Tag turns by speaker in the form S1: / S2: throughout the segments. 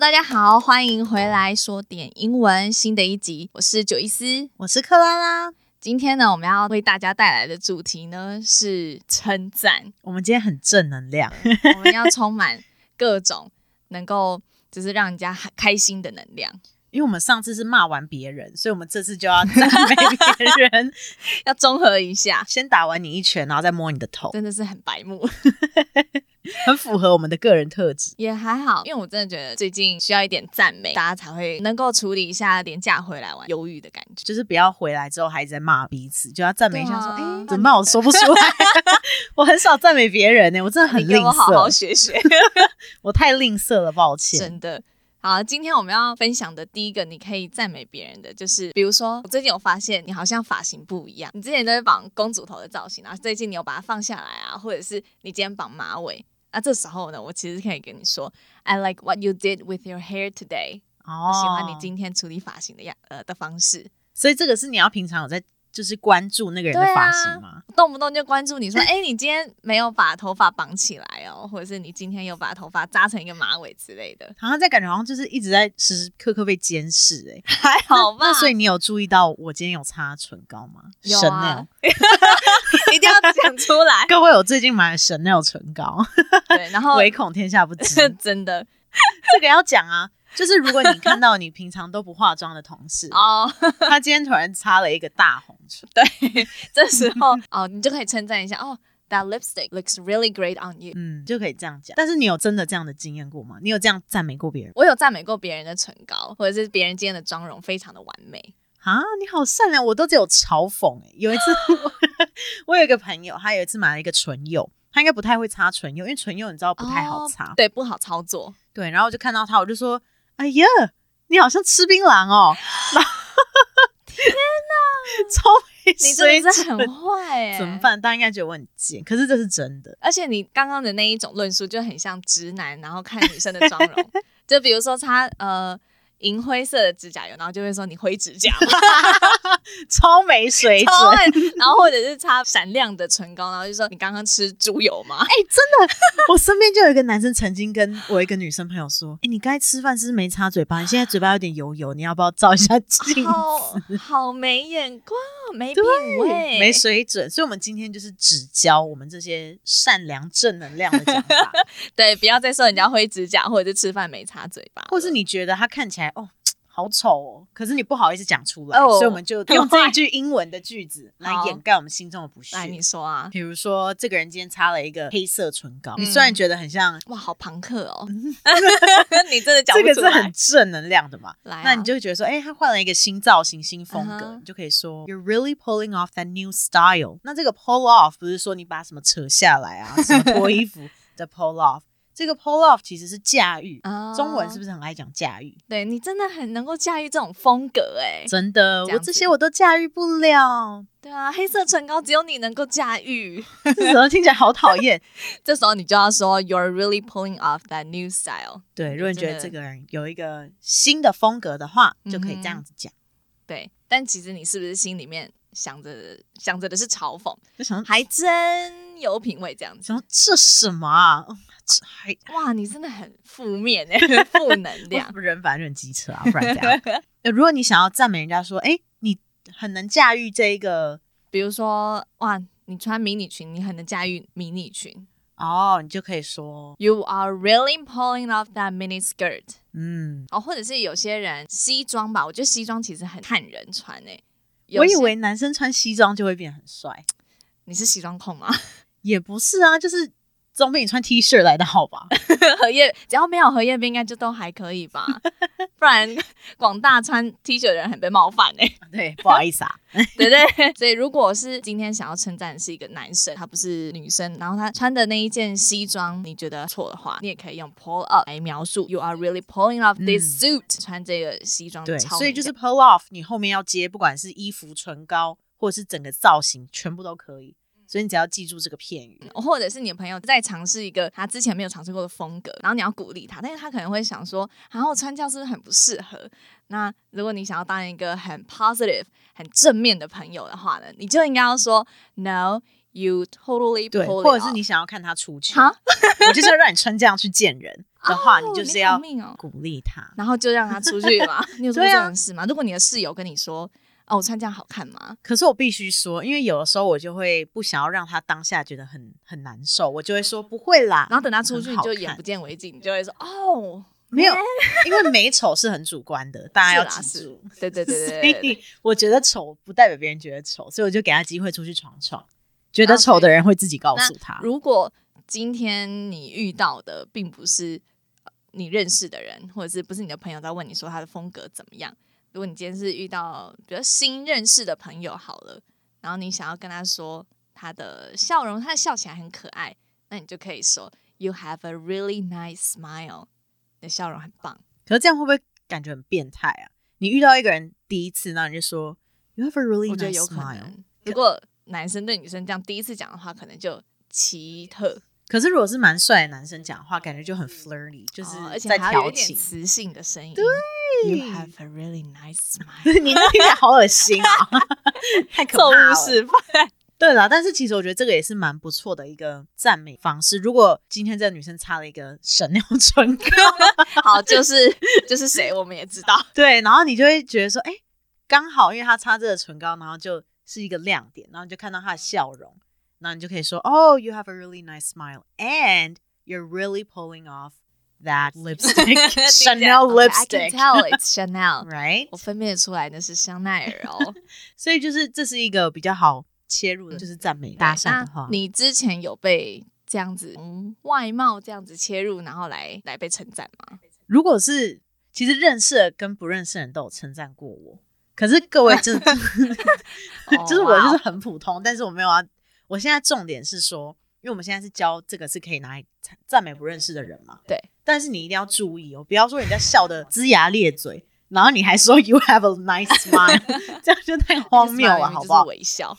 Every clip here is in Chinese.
S1: 大家好，欢迎回来说点英文新的一集，我是九一思。
S2: 我是克拉拉。
S1: 今天呢，我们要为大家带来的主题呢是称 赞，
S2: 我们今天很正能量，
S1: 我们要充满各种能够就是让人家开心的能量，
S2: 因为我们上次是骂完别人，所以我们这次就要 赞美别人。
S1: 要综合一下，
S2: 先打完你一拳，然后再摸你的头，
S1: 真的是很白目，
S2: 很符合我们的个人特质。
S1: 也还好，因为我真的觉得最近需要一点赞美，大家才会能够处理一下廉价回来玩忧郁的感觉。
S2: 就是不要回来之后还一直在骂彼此，就要赞美一下
S1: 对
S2: 说：“
S1: 啊
S2: 哎、怎么办？我说不出来。” 我很少赞美别人呢、我真的很
S1: 你
S2: 吝
S1: 给
S2: 啬，
S1: 我好好学学。
S2: 我太吝啬了，抱歉。
S1: 真的。好，今天我们要分享的第一个，你可以赞美别人的，就是比如说，我最近有发现你好像发型不一样，你之前都是绑公主头的造型，然后最近你有把它放下来啊，或者是你今天绑马尾。那、这时候呢，我其实可以跟你说，I like what you did with your hair today，、
S2: 哦
S1: 我喜欢你今天处理发型的样呃的方式，
S2: 所以这个是你要平常有在就是关注那个人的
S1: 对啊
S2: 发型吗？
S1: 动不动就关注你说，哎、你今天没有把头发绑起来哦，或者是你今天有把头发扎成一个马尾之类的，
S2: 好像在感觉好像就是一直在时时刻刻被监视、欸，
S1: 还
S2: 哎，
S1: 好吧？
S2: 那所以你有注意到我今天有擦唇膏吗？
S1: 有
S2: 神
S1: 啊
S2: 奈，
S1: 一定要讲出 来。
S2: 各位，我最近买了神奈唇膏，
S1: 对，然后
S2: 唯恐天下不知，
S1: 真的
S2: 这个要讲啊。就是如果你看到你平常都不化妆的同事，
S1: 哦，
S2: 他今天突然擦了一个大红唇，
S1: 这时候哦，你就可以称赞一下哦，That lipstick looks really great on you。
S2: 嗯，就可以这样讲。但是你有真的这样的经验过吗？你有这样赞美过别人
S1: 我有赞美过别人的唇膏，或者是别人今天的妆容非常的完美。
S2: 啊？你好善良，我都只有嘲讽、欸。 有一次我，我有一个朋友，他有一次买了一个唇釉，他应该不太会擦唇釉，因为唇釉你知道不太好擦。
S1: 哦对，不好操作。
S2: 对，然后我就看到他，我就说：“哎呀，你好像吃槟榔哦！” 天哪，超没
S1: 你真
S2: 水
S1: 的是很
S2: 准，
S1: 坏哎，
S2: 怎么？办？大家应该觉得我很贱，可是这是真的。
S1: 而且你刚刚的那一种论述就很像直男，然后看女生的妆 容，就比如说擦呃银灰色的指甲油，然后就会说你灰指甲嘛，
S2: 超没水
S1: 然！
S2: 准
S1: 后 然后或者是擦闪亮的唇膏，然后就说你刚刚吃猪油吗？
S2: 哎 我身边就有一个男生曾经跟我一个女生朋友说：“哎、你刚才吃饭是不是没擦嘴巴？你现在嘴巴有点油油，你要不要照一下镜
S1: 好
S2: 子
S1: 好没眼光，没品
S2: 对
S1: 味，？”
S2: 没水准，所以我们今天就是只教我们这些善良正能量的讲法，
S1: 对，不要再说人家灰指甲或者是吃饭没擦嘴巴了，
S2: 或是你觉得他看起来哦好丑哦，可是你不好意思讲出来，
S1: 哦
S2: 所以我们就用这一句英文的句子来
S1: 好
S2: 掩盖我们心中的不
S1: 来你
S2: 屑。
S1: 说啊，
S2: 比如说，这个人今天擦了一个黑色唇膏，
S1: 嗯
S2: 你虽然觉得很像，
S1: 哇，好朋克哦， 你真的讲
S2: 嗯这
S1: 不
S2: 个
S1: 出
S2: 是
S1: 来，
S2: 很正能量的嘛，
S1: 来啊
S2: 那你就会觉得说，哎、他换了一个新造型、新风格
S1: 嗯哼
S2: 你就可以说，You're really pulling off that new style。那这个 pull off 不是说你把什么扯下来啊，什么脱衣服的 pull off，这个 pull off 其实是驾驭。
S1: 啊
S2: 中文是不
S1: 是？
S2: 是很爱讲驾驭？
S1: 对你真的很能够驾驭这种风格哎，
S2: 真的，
S1: 这
S2: 我
S1: 样
S2: 这
S1: 子
S2: 些我都驾驭不了，
S1: 对啊，黑色唇膏只有你能够驾驭，
S2: 这怎么听起来好讨厌？
S1: 这时候你就要说 You're really pulling off that new style。
S2: 对，如果你觉
S1: 嗯真
S2: 得
S1: 的
S2: 这个人有一个新的风格的话，就可以这
S1: 嗯
S2: 样
S1: 哼
S2: 子讲。
S1: 对，但其实你是不是心里面想着想着的是嘲讽，
S2: 就想
S1: 还真有品味这样子
S2: 想。说这什么啊？嗯这还
S1: 哇，你真的很负面哎、欸， 负能量。
S2: 人反正很 机车啊，不然这样。呃如果你想要赞美人家说，哎、你很能驾驭这一个
S1: 比如说，哇，你穿迷你裙，你很能驾驭迷你裙。
S2: 哦，你就可以说，
S1: You are really pulling off that mini skirt。
S2: 嗯，
S1: 哦，或者是有些人西装吧，我觉得西装其实很看人穿哎、有
S2: 我以
S1: 些
S2: 为男生穿西装就会变很帅，
S1: 你是西装控吗？
S2: 也不是啊，就是总比你穿 T 恤来的好 吧？
S1: 荷叶只要没有荷叶边，应该就都还可以 吧。不然广大穿 T 恤的人很被冒犯哎、
S2: 对，不好意思啊，
S1: 对不对？ 所以如果是今天想要称赞是一个男生，他不是女生，然后他穿的那一件西装，你觉得错的话，你也可以用 pull up 来描述。You are really pulling off this suit、穿这个西装
S2: 嗯对，
S1: 超美的，
S2: 所以就是 pull off，你后面要接，不管是衣服、唇膏，或者是整个造型，全部都可以。
S1: 嗯
S2: 所以你只要记住这个片语，
S1: 或者是你的朋友在尝试一个他之前没有尝试过的风格，然后你要鼓励他，但是他可能会想说，然后我穿这样是不是很不适合？那如果你想要当一个很 positive、很正面的朋友的话呢，你就应该要说 No。You totally pull
S2: 对，
S1: it
S2: 或者是
S1: off
S2: 你想要看他出去，
S1: 哈
S2: 我就是要让你穿这样去见人。的话，
S1: 哦
S2: 你就是
S1: 你好
S2: 要
S1: 命哦
S2: 鼓励他。
S1: 然后就让他出去嘛。 你有做过
S2: 对
S1: 这
S2: 啊
S1: 种事吗？如果你的室友跟你说，哦，我穿这样好看吗？
S2: 可是我必须说，因为有的时候我就会不想要让他当下觉得很很难受，我就会说不会啦。
S1: 然后等他出去，
S2: 很
S1: 你
S2: 好
S1: 就眼
S2: 看
S1: 不见为净，你就会说，哦，
S2: 没有，因为美丑是很主观的，大家要
S1: 是啦
S2: 记
S1: 是
S2: 住。
S1: 对对对对对
S2: 所
S1: 对，
S2: 以我觉得丑不代表别人觉得丑，所以我就给他机会出去闯闯。觉得丑的人会自己告诉他。
S1: 如果今天你遇到的并不是呃你认识的人，或者是不是你的朋友在问你说他的风格怎么样，如果你今天是遇到比较新认识的朋友好了，然后你想要跟他说他的笑容，他笑起来很可爱，那你就可以说 You have a really nice smile，你的笑容很棒。
S2: 可是这样会不会感觉很变态啊？你遇到一个人第一次，那你就说 You have a really
S1: 我觉得
S2: nice
S1: 有可
S2: smile。
S1: 能，如果男生对女生这样第一次讲的话，可能就奇特，
S2: 可是如果是蛮帅的男生讲话，感觉就很 flirty，就是
S1: 哦而且
S2: 在
S1: 还要有
S2: 调
S1: 一点
S2: 情。
S1: 磁性的声音。对，You have a really nice smile，
S2: 你那听起来好恶 心啊，太可怕了。
S1: 犯。
S2: 对啦，但是其实我觉得这个也是蛮不错的一个赞美方式。如果今天这个女生擦了一个神尿唇 膏，
S1: 好，就是就是谁，我们也知道。
S2: 对，然后你就会觉得说，哎，刚好因为她擦这个唇膏，然后就是一个亮点，然后你就看到她的笑容，然后你就可以说，哦、y o u have a really nice smile and you're really pulling off that lipstick, Chanel
S1: I can
S2: lipstick,
S1: tell it's Chanel。
S2: right？
S1: 我分辨得出来那是香奈儿哦。
S2: 所以就是这是一个比较好切入的，就是赞美 搭讪的话
S1: 嗯那，你之前有被这样子从外貌这样子切入，然后来来被称赞吗？
S2: 如果是其实认识的跟不认识的人都有称赞过我，可是各位就是
S1: 哦
S2: 就是我就是很普通，但是我没有啊。我现在重点是说，因为我们现在是教这个是可以拿来赞赞美不认识的人嘛，
S1: 对。
S2: 但是你一定要注意哦，不要说人家笑的龇牙咧嘴，然后你还说 you have a nice smile，这样就太
S1: 哦
S2: 荒谬了，好不好
S1: 就是？微笑，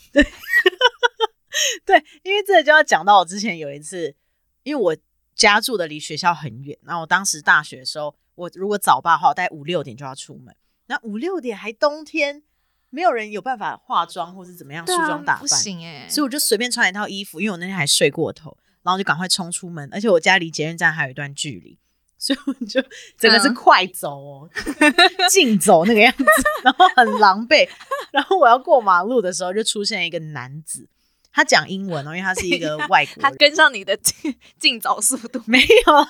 S2: 对，因为这就要讲到我之前有一次，因为我家住的离学校很远，然后我当时大学的时候，我如果早八的话，我大概五六点就要出门，那五六点还冬天，没有人有办法化妆或是怎么样梳
S1: 对啊
S2: 妆打
S1: 不
S2: 扮，
S1: 行哎。
S2: 所以我就随便穿一套衣服，因为我那天还睡过头，然后就赶快冲出门，而且我家离捷运站还有一段距离，所以我就整个是
S1: 嗯
S2: 快走哦， 竞、走那个样子，然后很狼狈。然后我要过马路的时候，就出现一个男子，他讲英文哦，因为他是一 个外国
S1: 他
S2: 人。
S1: 跟上你的 竞走速度，
S2: 没有啊，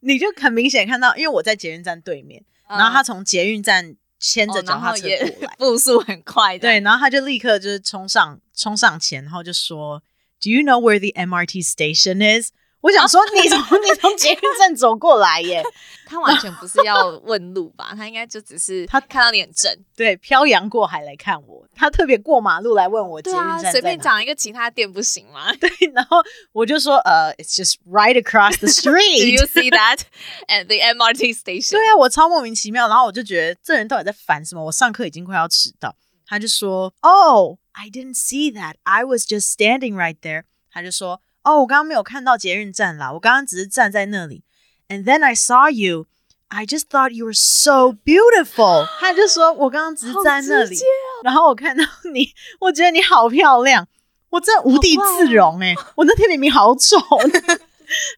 S2: 你就很明显看到，因为我在捷运站对面， 然后他从捷运站牵
S1: 嗯
S2: 着
S1: 哦
S2: 脚
S1: 然
S2: 踏
S1: 后
S2: 车
S1: 也
S2: 过来，
S1: 步速很快的，
S2: 对，然后他就立刻就是冲上冲上前，然后就说：“Do you know where the MRT station is？” 我想说，你从你从捷运站走过来 耶，
S1: 他完全不是 要问路吧？他应该就只是
S2: 他
S1: 看到你很正，
S2: 对，漂洋过海来看我，他特别过马路来问我
S1: 对
S2: 捷运
S1: 啊
S2: 站，在
S1: 随便
S2: 哪
S1: 讲一个其他店不行吗
S2: 对，然后我就说：“呃、i t s just right across the
S1: ？Do you
S2: street。”
S1: see that at the MRT station？
S2: 对啊，我超莫名其妙，然后我就觉得这人到底在烦什么？我上课已经快要迟到，他就说：“Oh, I didn't see that. I was just standing right there。”他就说：“哦，我刚刚没有看到捷运站啦，我刚刚只是站在那里。”And then I saw you. I just thought you were so beautiful。他 就说：“我刚刚只是啊站在那
S1: 好直
S2: 里
S1: 接，哦
S2: 然后我看到你， 我觉得你好漂亮，我真的无地
S1: 哦
S2: 自容 哎、我那天明明好丑。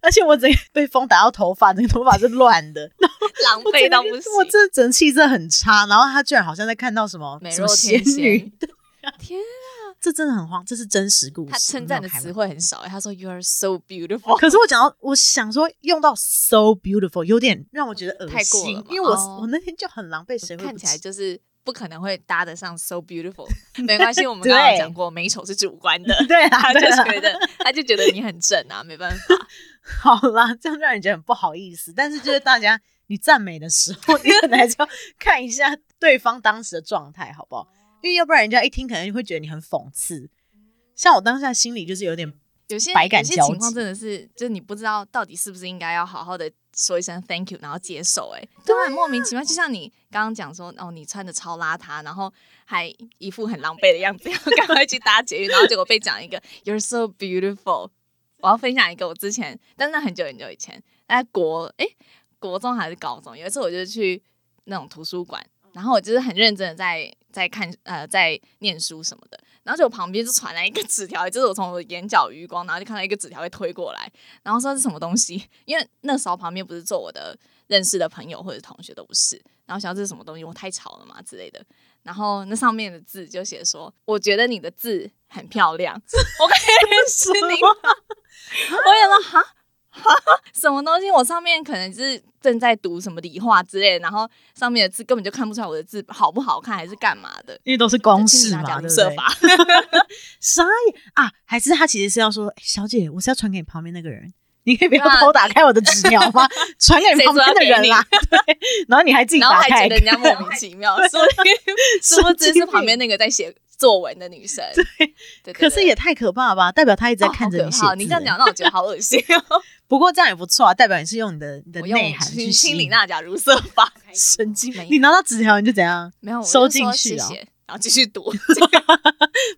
S2: 而且我整个被风打到头发，整个头发是乱的，
S1: 狼
S2: 我真
S1: 狈
S2: 的
S1: 到不行，
S2: 我这整气色很差，然后他居然好像在看到什么
S1: 美
S2: 什
S1: 若
S2: 么
S1: 天
S2: 仙女
S1: 仙，。天，啊
S2: 这真的很慌，这是真实故事。
S1: 他称赞的
S2: 没
S1: 词
S2: 有开玩笑。
S1: 汇很少欸，他说 “You are so beautiful”，
S2: 可是我讲到，我想说用到 so beautiful，有点让我觉得恶
S1: 太过
S2: 心
S1: 了，嘛
S2: 因为我、
S1: 哦
S2: 我那天就很狼狈，谁会
S1: 看
S2: 不
S1: 起来
S2: 知，
S1: 就是不可能会搭得上 “so beautiful”。没关系，我们刚刚有讲过，美丑是主观的
S2: 对啊，
S1: 他 就
S2: 对啊，
S1: 觉得他就觉得你很正啊，没办法。
S2: 好啦，这样让人觉得很不好意思。但是就是大家，你赞美的时候，你可能还是 要看一下对方当时的状态，好不好？因为要不然人家一听，可能会觉得你很讽刺。像我当下心里就是有点
S1: 有些
S2: 百感
S1: 有些
S2: 交
S1: 情况
S2: 集
S1: 真的是，就是你不知道到底是不是应该要好好的说一声 thank you，然后接受、欸，哎，都
S2: 啊
S1: 很莫名其妙。就像你刚刚讲说，哦，你穿的超邋遢，然后还一副很狼狈的样子，要赶快去搭捷运，然后结果被讲一个 you're so beautiful。我要分享一个我之前，但是那很久很久以前，在国哎、国中还是高中，有一次我就去那种图书馆，然后我就是很认真的在在看呃在念书什么的，然后就旁边就传来一个纸条，就是我从我的眼角余光，然后就看到一个纸条被推过来，然后说是什么东西，因为那时候旁边不是坐我的认识的朋友或者同学都不是，然后想到这是什么东西，我太吵了嘛之类的，然后那上面的字就写说，我觉得你的字很漂亮， 我可以认识你吗？我也说哈。哈，什么东西？我上面可能是正在读什么理化之类的，然后上面的字根本就看不出来我的字好不好看，还是干嘛的。
S2: 因为都是公
S1: 就请
S2: 式
S1: 你拿
S2: 嘛，
S1: 奖
S2: 对
S1: 金
S2: 不
S1: 设
S2: 对？
S1: 法，
S2: 啥也啊？还是他其实是要说，哎小姐，我是要传给你旁边那个人，你可以不要
S1: 那
S2: 偷打开我的纸条吗？ 传给你旁边的人啦。对，然后你还自己
S1: 然后
S2: 打
S1: 还觉
S2: 开
S1: 得，人家莫名其 妙，说 殊不知是旁边那个在写作文的女 生。对对对
S2: 可是也太可怕了吧？代表他一直在
S1: 哦
S2: 看着
S1: 好
S2: 你
S1: 可
S2: 写
S1: 怕
S2: 字。
S1: 哦你这样讲让我觉得好恶心哦。
S2: 不过这样也不错啊，代表你是用你的 你的
S1: 我
S2: 内
S1: 用
S2: 涵去
S1: 清
S2: 吸
S1: 清理
S2: 引。
S1: 那假如设法，
S2: 神经
S1: 没，
S2: 你拿到纸条你就怎样？
S1: 没有我就
S2: 收进
S1: 说
S2: 去
S1: 谢
S2: 哦
S1: 谢然后继续 读。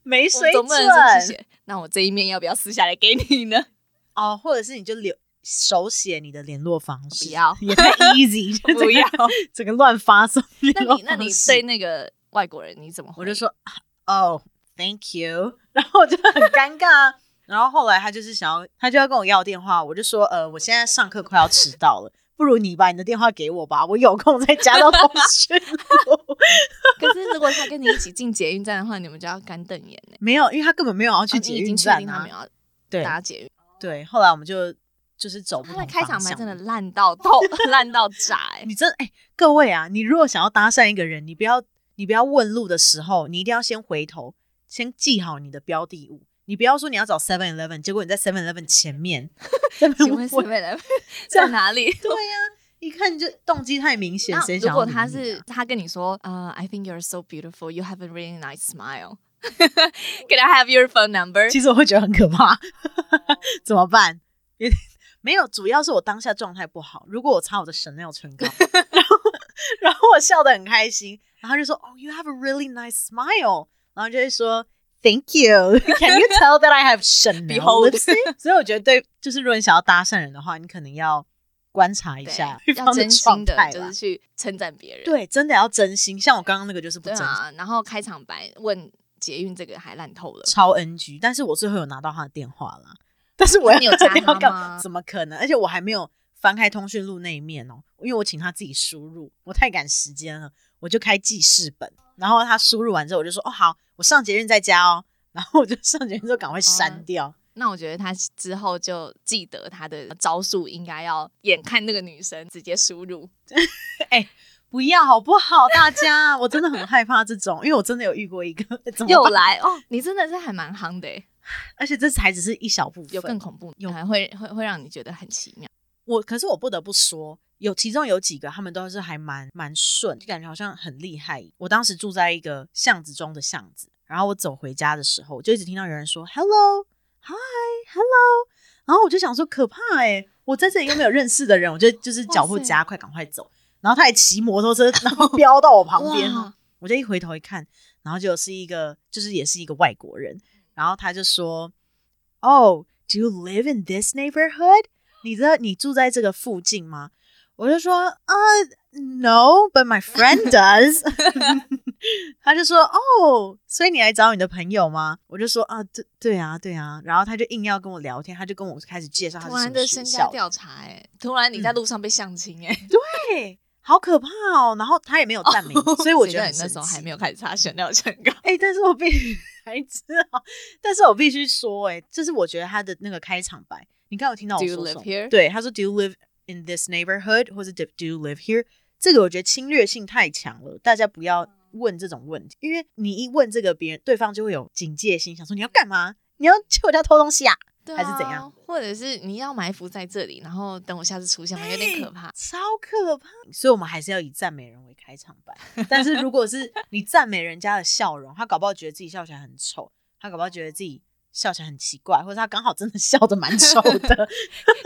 S2: 没
S1: 我
S2: 水
S1: 总
S2: 准
S1: 不能说谢谢，那我这一面要不要撕下来给你呢？
S2: 哦，或者是你就留手写你的联络方式，
S1: 不要
S2: 也太 easy，就 整
S1: 不
S2: 个
S1: 要。
S2: 整个乱发送联
S1: 那
S2: 络
S1: 你那你
S2: 方式
S1: 对那个外国人你怎么回？
S2: 我就说哦，thank you，然后我就很尴尬啊。然后后来他就是想要，他就要跟我要电话，我就说呃，我现在上课快要迟到了，不如你把你的电话给我吧，我有空再加到通讯录。
S1: 可是如果他跟你一起进捷运站的话，你们就要干瞪眼呢。
S2: 没有，因为他根本没有要
S1: 哦
S2: 去
S1: 你
S2: 捷
S1: 已
S2: 运
S1: 经确
S2: 站
S1: 定他
S2: 啊
S1: 们。要
S2: 对
S1: 搭捷运，
S2: 对，后来我们就就是走不
S1: 他
S2: 同
S1: 的开场
S2: 方
S1: 白
S2: 向
S1: 真的烂到爆， 烂到炸哎、
S2: 你真哎、各位啊，你如果想要搭讪一个人，你不要你不要问路的时候，你一定要先回头，先记好你的标的物。你不要说你要找 Seven Eleven，结果你在 Seven Eleven 前面，在那边
S1: 请问
S2: 问
S1: Seven Eleven
S2: 这
S1: 在
S2: 样
S1: 哪里？
S2: 对呀、一看就动机太明显
S1: 那，
S2: 谁
S1: 如
S2: 想要
S1: 果
S2: 理
S1: 他
S2: 你
S1: 是
S2: 啊
S1: 他跟你说，呃、i think you're so beautiful, you have a really nice smile. Can I have your phone number？
S2: 其实我会觉得很可怕， 怎么办？ 有点没有，主要是我当下状态不好。如果我擦我的 Chanel 唇膏， 然后然后我笑得很开心，然后就说哦、y o u have a really nice smile，然后就会说 Thank you. Can you tell that I have Chanel
S1: Behold.
S2: lipstick？所以我觉得对，就是如果你想要搭讪人的话，你可能要观察一
S1: 对
S2: 下对
S1: 要
S2: 方
S1: 真
S2: 状
S1: 心的
S2: 态，
S1: 就是
S2: 啦。
S1: 去称赞别人。
S2: 对，真的要真心。像我刚刚那个就是不
S1: 对
S2: 真心，
S1: 啊，然后开场白问捷运这个还烂透了。
S2: 超 NG，但是我最后有拿到他的电话啦。但是 我要
S1: 你有加他
S2: 电话干嘛？
S1: 吗
S2: 怎么可能？而且我还没有翻开通讯录那一面哦，因为我请他自己输入，我太赶时间了，我就开记事本，然后他输入完之后，我就说哦好，我上节日再加哦，然后我就 上节日之后
S1: 哦
S2: 赶快删掉。
S1: 那我觉得他之后就记得他的招数应该要眼看那个女生直接输入，
S2: 不要好不好？大家，我真的很害怕这种，因为我真的有遇过一个， 怎么
S1: 又
S2: 办？
S1: 来哦，你真的是还蛮夯的欸，
S2: 而且这才只是一小部分，
S1: 有更恐怖，
S2: 有
S1: 还会会会让你觉得很奇妙。
S2: 我可是我不得不说，有其中有几个他们都是还蛮蛮顺，就感觉好像很厉害。我当时住在一个巷子中的巷子，然后我走回家的时候，我就一直听到有人说 “hello hi hello”，然后我就想说可怕哎、我在这里又没有认识的人，我就就是脚步加快，赶快走。然后他还骑摩托车，然后飙到我旁边哦
S1: 哇，
S2: 我就一回头一看，然后就是一个，就是也是一个外国
S1: 嗯
S2: 人，然后他就说：“Oh, do you live in this neighborhood？你知道你住在这个附近吗？”我就说：“啊、n o but my friend does。” 他就说：“哦，所以你来找你的朋友吗？”我就说：“啊，对对啊，对啊。”然后他就硬要跟我聊天，他就跟我开始介绍他
S1: 突
S2: 是什
S1: 然
S2: 么
S1: 的
S2: 学
S1: 身家
S2: 校的，嗯
S1: 调查，哎，突然你在路上被相亲，哎，
S2: 对，好可怕哦。然后他也没有赞美你，所以我觉得
S1: 谁叫你那时候
S2: 还没。
S1: 还没有开始擦选料唇膏，
S2: 哎、但是我必须 还知道，但是我必须说、哎，就是我觉得他的那个开场白，你刚有听到我
S1: Do you
S2: 说什
S1: live
S2: 么
S1: here？
S2: 对，他说 Do you live in this neighborhood？或者 Do do you live here？这个我觉得侵略性太强了，大家不要问这种问题，因为你一问这个，别人对方就会有警戒心，想说你要干嘛？你要去我家偷东西啊？
S1: 对
S2: 还是怎样
S1: 啊？或者是你要埋伏在这里，然后等我下次出现吗？有
S2: 哎
S1: 点可怕。
S2: 超可怕。所以我们还是要以赞美人为开场白。但是如果 是你赞美人家的笑容，他搞不好觉得自己笑起来很丑，他搞不好觉得自己笑起来很奇怪，或者他刚好真的 笑得蛮丑 的，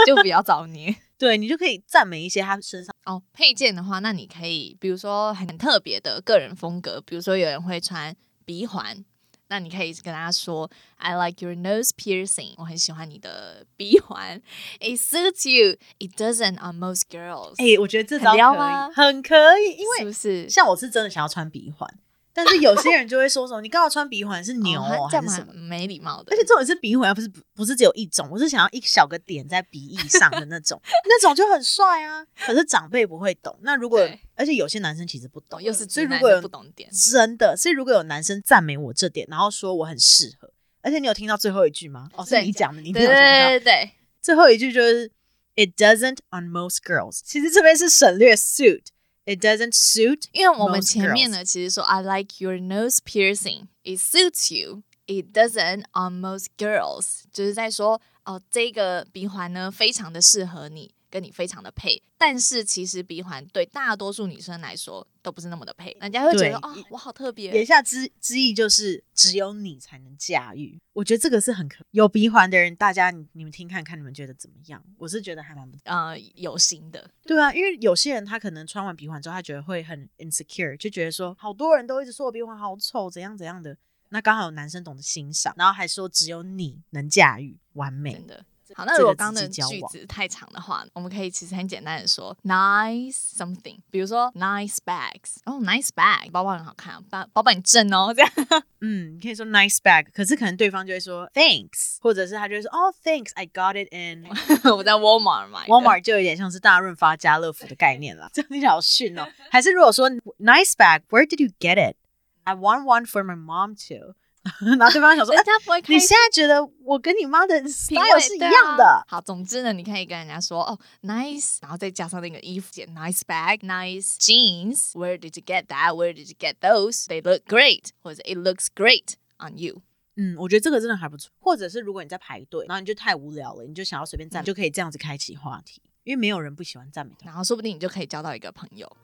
S1: 就比较找你。
S2: 对你就可以赞美一些他身上。
S1: 哦，配件的话，那你可以比如说很特别的个人风格，比如说有人会穿鼻环，那你可以跟他说 "I like your nose piercing"，我很喜欢你的鼻环，It suits you, it doesn't on most girls。
S2: 哎、我觉得这
S1: 很
S2: 招可
S1: 撩吗啊
S2: 以，很可以，因
S1: 是
S2: 为
S1: 不是
S2: 像我是真的想要穿鼻环，但是有些人就会说什么，你干嘛穿鼻环是牛、哦
S1: 哦、
S2: 还
S1: 干
S2: 是
S1: 嘛
S2: 什么？
S1: 没礼貌的
S2: 而且？这种是鼻环，不是不是只有一种，我是想要一小个点在鼻翼上的 那种，那种就很帅啊。可是长辈不会懂。那如果
S1: 对，
S2: 而且有些男生其实不
S1: 懂
S2: 懂，
S1: 又是
S2: 所
S1: 直
S2: 以如
S1: 男
S2: 果
S1: 又
S2: 有
S1: 不懂点，
S2: 真的，所以如果有男生赞美我这点，然后说我很适合，而且你有听到最后一句吗？哦，是
S1: 对
S2: 你讲的，你一
S1: 对
S2: 定有听到
S1: 对对对，
S2: 最后一句就是 "It doesn't on most girls"。其实这边是省略 suit。It doesn't suit
S1: 因为我们
S2: Most
S1: 前面呢，其实说 I like your nose piercing, it suits you, it doesn't on most girls，就是在说哦，这个鼻环呢非常的适合你，跟你非常的配。但是其实鼻环对大多数女生来说都不是那么的配，人家会觉得
S2: 对
S1: 哦，我好特
S2: 言
S1: 别。
S2: 下之之意就是只有你才能驾驭。我觉得这个是很可有鼻环的人，大家你你们听看看，你们觉得怎么样？我是觉得还蛮不
S1: 呃，有型的，
S2: 对啊，因为有些人他可能穿完鼻环之后，他觉得会很 insecure，就觉得说好多人都一直说我鼻环好丑，怎样怎样的。那刚好有男生懂得欣赏，然后还说只有你能驾驭完美
S1: 真。的。好，那
S2: 这
S1: 如果
S2: 个
S1: 刚刚
S2: 直
S1: 的
S2: 接交
S1: 句
S2: 往
S1: 子太长的话，我们可以其实很简单的说 nice something，比如说 nice bags，哦、nice bag，包包很好看，啊包包包很正哦，这样。
S2: 嗯，你可以说 nice bag，可是可能对方就会说 thanks，或者是他就会说哦 thanks，I got it in
S1: 我在 Walmart 买的
S2: Walmart 就有点像是大润发、家乐福的概念 啦。这样听起来好逊 哦。还是如果说 nice bag，where did you get it？I want one for my mom too 。 然后对 方想说，哎
S1: 人家不会开
S2: 你
S1: 心。
S2: 现在觉得我跟你妈的
S1: 品
S2: style
S1: 味
S2: 是一
S1: 对啊
S2: 样的？
S1: 好，总之呢，你可以跟人家说哦，nice，然后再加上那个衣服写 nice bag，nice jeans，where did you get that？where did you get those？They look great，或者 it looks great on you。
S2: 嗯，我觉得这个真的还不错。或者是如果你在排队，然后你就太无聊了，你就想要随便赞
S1: 嗯
S2: 美，就可以这样子开启话题，因为没有人不喜欢赞美的。
S1: 然后说不定你就可以交到一个朋友。